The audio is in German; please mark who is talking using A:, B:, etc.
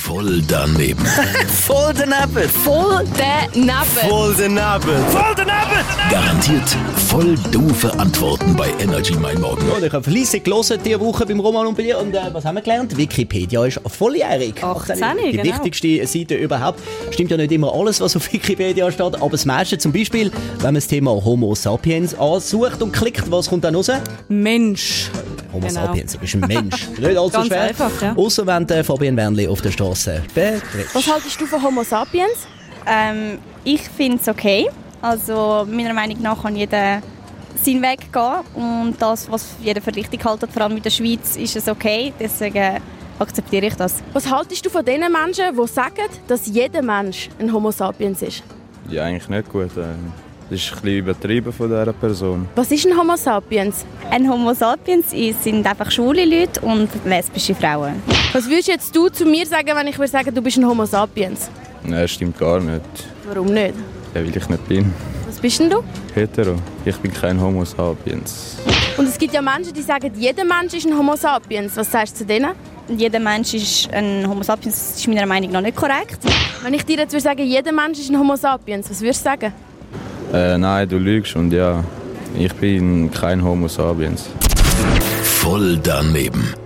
A: Voll daneben.
B: Voll daneben.
C: Voll daneben.
D: Voll daneben.
B: Voll daneben!
A: Garantiert voll doofe Antworten bei Energy Mein Morgen.
D: Und ich habe fleissig gelesen diese Woche beim Roman und bei dir. Und äh, was haben wir gelernt? Wikipedia ist volljährig.
C: 18,
D: Die
C: genau.
D: wichtigste Seite überhaupt. Stimmt ja nicht immer alles, was auf Wikipedia steht, aber das meiste zum Beispiel, wenn man das Thema Homo sapiens ansucht und klickt, was kommt dann raus?
C: Mensch.
D: Homo
C: Genau.
D: sapiens, du bist ein Mensch. nicht allzu
C: Ganz
D: schwer.
C: einfach, ja.
D: Außer wenn der Fabian Wernli auf der Straße betritt.
E: Was haltest du von Homo sapiens?
F: Ähm, ich finde es okay. Also meiner Meinung nach kann jeder seinen Weg gehen und das, was jeder für richtig hält, vor allem in der Schweiz, ist es okay. Deswegen akzeptiere ich das.
E: Was haltest du von den Menschen, die sagen, dass jeder Mensch ein Homo sapiens ist?
G: Ja, eigentlich nicht gut. äh. Das ist ein bisschen übertrieben von dieser Person.
E: Was ist ein Homo sapiens?
F: Ein Homo sapiens ist, sind einfach schwule Leute und lesbische Frauen.
E: Was würdest jetzt du zu mir sagen, wenn ich würde sagen, du bist ein Homo sapiens?
G: Nein, stimmt gar nicht.
E: Warum nicht?
G: Ja, weil ich nicht bin.
E: Was bist denn du?
G: Hetero. Ich bin kein Homo sapiens.
E: Und es gibt ja Menschen, die sagen, jeder Mensch ist ein Homo sapiens. Was sagst du zu denen?
F: Und jeder Mensch ist ein Homo sapiens, das ist meiner Meinung nach nicht korrekt.
E: Wenn ich dir jetzt würde sagen, jeder Mensch ist ein Homo sapiens, was würdest du sagen?
G: Äh, nein, du lügst und ja, ich bin kein Homo sapiens.
A: Voll daneben.